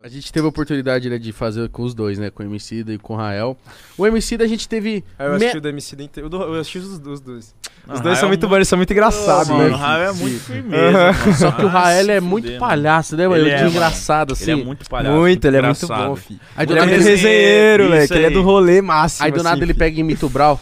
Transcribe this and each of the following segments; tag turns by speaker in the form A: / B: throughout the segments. A: A gente teve a oportunidade né, de fazer com os dois, né? Com o MC e com o Rael. O MC da gente teve.
B: Aí eu
A: me-
B: assisti o do MC inteiro. Eu assisti os dos. dois. Os
C: Ah,
B: dois são
C: é
B: muito
C: um-
B: bons, eles são muito engraçados, né?
C: Pô,
A: mano,
C: mano,
B: velho.
C: o Rael é
A: Sim.
C: muito firmeza. mano.
A: Só que o
C: Ah,
A: Rael é
C: se
A: muito
C: fuder, mano.
A: palhaço, né, mano?
C: Ele
A: Ele
C: é,
A: é
C: mano.
A: engraçado, assim.
C: Ele é muito palhaço.
B: Muito, ele é muito
C: engraçado.
B: bom, filho.
A: Aí do
B: Ele é
A: nada
B: muito
A: ele,
B: resenheiro,
C: Isso
B: velho. que Ele é
C: aí.
B: do rolê máximo.
A: aí do nada
B: assim,
A: ele
B: filho.
A: pega e imita o Brau.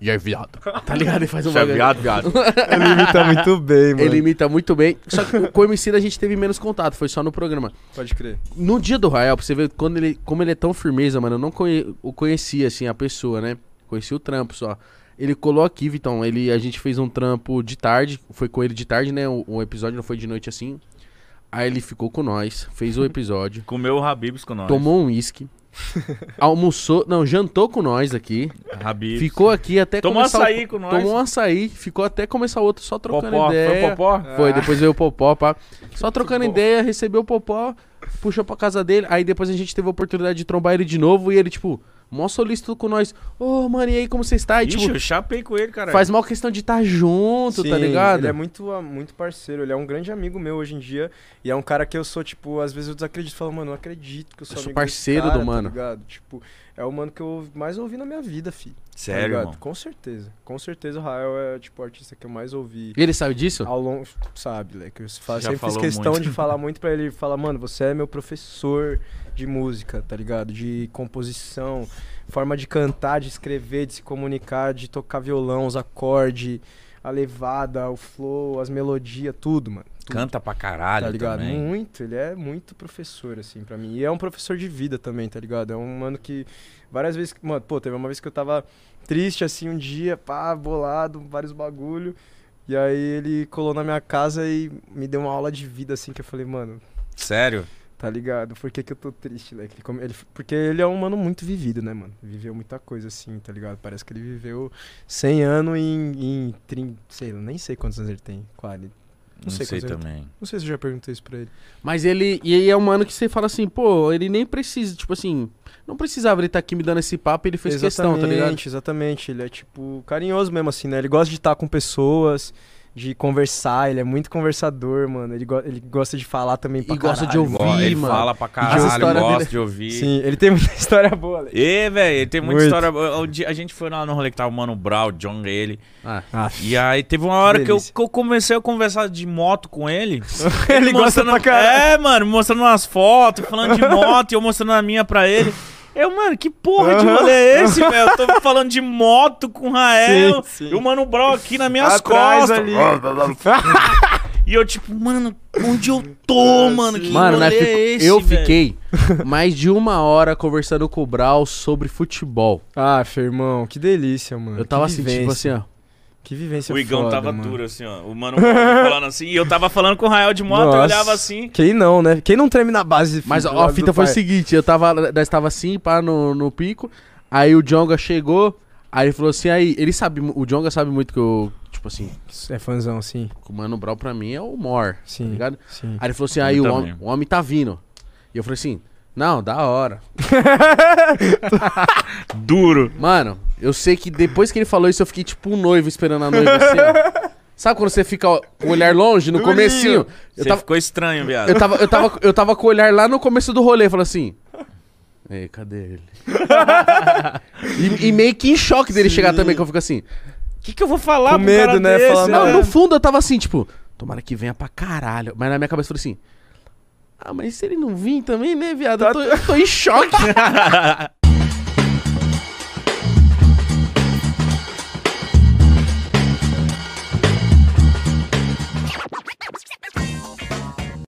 A: e aí, viado. Tá ligado? Ele faz um
C: Isso é
A: bagulho.
C: viado, viado.
B: Ele imita muito bem, mano.
A: Ele imita muito bem. Só que com o MC da gente teve menos contato, foi só no programa.
B: Pode crer.
A: No dia do Rael, pra você ver quando ele, como ele é tão firmeza, mano, eu não conhe- o conhecia, assim, a pessoa, né? Conheci o trampo só. Ele colou aqui, Vitão. Ele, a gente fez um trampo de tarde. Foi com ele de tarde, né? O, o episódio não foi de noite assim. Aí ele ficou com nós, fez o episódio,
C: Comeu o Habibs com nós.
A: tomou um uísque, almoçou, não, jantou com nós aqui,
C: Habibs.
A: ficou aqui até
C: Tomou
A: começar. o-
C: açaí com nós.
A: Tomou um açaí, ficou até começar o outro só trocando
C: Popó.
A: ideia.
C: Foi o Popó?
A: Foi, depois veio o Popó, pá. Só trocando ideia, recebeu o Popó, puxou pra casa dele. Aí depois a gente teve a oportunidade de trombar ele de novo e ele, tipo, mó solícito com nós. Ô, mano, e aí, como você está? E,
C: Ixi,
A: tipo,
C: eu chapei com ele, cara.
A: faz mal questão de estar junto, tá
B: Sim,
A: ligado?
B: Ele é muito, ah, muito parceiro, ele é um grande amigo meu hoje em dia. E é um cara que eu sou, tipo, às vezes eu desacredito. Falo, mano, não acredito que eu sou
A: Eu sou
B: amigo
A: parceiro
B: desse cara,
A: do mano.
B: Tá ligado? Tipo, é o mano que eu mais ouvi na minha vida, fi. tá
C: Sério,
B: ligado?
C: irmão.
B: Com certeza. Com certeza o Rael é, tipo, o artista que eu mais ouvi.
A: E ele saiu disso?
B: Ao longo, sabe, Leque? Eu fa-
C: Já
B: sempre fiz
C: falou
B: questão
C: muito.
B: de falar muito pra ele. Falar, mano, você é meu professor de música, tá ligado? De composição, forma de cantar, de escrever, de se comunicar, de tocar violão, os acordes, a levada, o flow, as melodias, tudo, mano.
C: Canta pra caralho,
B: Tá ligado?
C: também.
B: Muito, ele é muito professor, assim, pra mim. E é um professor de vida também, tá ligado? É um mano que várias vezes. Mano, pô, teve uma vez que eu tava triste, assim, um dia, pá, bolado, vários bagulho. E aí ele colou na minha casa e me deu uma aula de vida, assim, que eu falei, mano,
C: Sério?
B: tá ligado? Por que, que eu tô triste, né? Ele, come- ele- porque ele é um mano muito vivido, né, mano? Viveu muita coisa, assim, tá ligado? Parece que ele viveu 100 anos em. em 30, sei, lá, nem sei quantos anos ele tem. 40.
C: Não,
B: sei
C: sei,
B: quanto ele
C: também.
B: Não sei se eu já perguntei isso pra ele.
A: Mas ele. E aí é um mano que você fala assim, pô, ele nem precisa, tipo assim. Não precisava ele estar aqui me dando esse papo, ele fez questão, tá ligado?
B: Exatamente, exatamente. Ele é, tipo, carinhoso mesmo, assim, né? Ele gosta de estar com pessoas, de conversar, ele é muito conversador, mano. Ele, go- ele gosta de falar também pra
A: E gosta de
B: caralho.
A: ouvir,
C: Ó, ele
A: mano.
C: fala pra
A: As
C: caralho,
A: histórias
C: gosta
A: dele-
C: de ouvir.
B: Sim, ele tem muita história boa, Alex.
C: E, velho, tem muita
B: Muito.
C: história. O- o dia- A gente foi lá no rolê que tava o Mano Brown, John, ele.
A: Ah,
C: E aí teve uma hora que eu,
B: delícia.
C: que eu comecei a conversar de moto com ele.
B: ele gosta
C: mostrando-
B: pra caralho.
C: É, mano, mostrando umas fotos, falando de moto, e eu mostrando a minha pra ele. Eu, mano, que porra de rolê é esse, velho? Eu tô falando de moto com o Rael
B: Sim, sim.
C: e o Mano Brown aqui nas minhas
B: Atrás
C: costas.
B: ali.
C: E eu, tipo, mano, onde eu tô, mano? Que
A: Mano,
C: rolê
A: nós
C: é
A: fico-
C: esse,
A: eu
C: velho?
A: fiquei mais de uma hora conversando com o Brau sobre futebol.
B: ah, Firmão, que delícia, mano.
A: Eu tava
B: que
A: assim, tipo assim,
B: vivência.
A: ó.
B: Que vivência
C: O Igão
B: foda,
C: tava
B: mano.
C: duro, assim, ó. O Mano falando assim. E eu tava falando com o Rael de moto, Um eu
B: Nossa,
C: olhava assim.
B: Quem não, né? Quem não treme na base?
A: Mas
B: filho, do
A: ó, a
B: lado
A: fita
B: do
A: foi o
B: pai?
A: seguinte, eu tava, nós tava assim, pá, no, no pico, aí o Jonga chegou, aí ele falou assim, aí, ele sabe, mu- o Jonga sabe muito que eu, tipo assim,
B: É fãzão, sim.
C: Tá
A: que o Mano Brown pra mim é o mor, tá
B: Sim.
A: ligado?
B: Sim.
A: Aí ele falou assim,
C: Eu
A: aí o
C: também.
A: homem, o homem tá vindo. E eu falei assim, não, da hora.
C: Duro.
A: Mano, eu sei que depois que ele falou isso, eu fiquei tipo um noivo esperando a noiva assim, ó. Sabe quando você fica ó, com o olhar longe, no
B: Durinho.
A: comecinho? Eu
C: Você
A: tava,
C: ficou estranho, viado.
A: Eu tava, eu, tava, eu tava com o olhar lá no começo do rolê, falando assim. Ei, cadê ele? e, e meio que em choque dele chegar também, que eu fico assim.
C: O que, que eu vou falar
B: Com
C: pro
B: medo,
C: cara
B: né?
C: desse,
B: Falar,
A: Não,
B: É.
A: no fundo eu tava assim, tipo, tomara que venha pra caralho. Mas na minha cabeça eu falei assim. Ah, mas se ele não vir também, né, viado? Eu tô, eu tô em choque.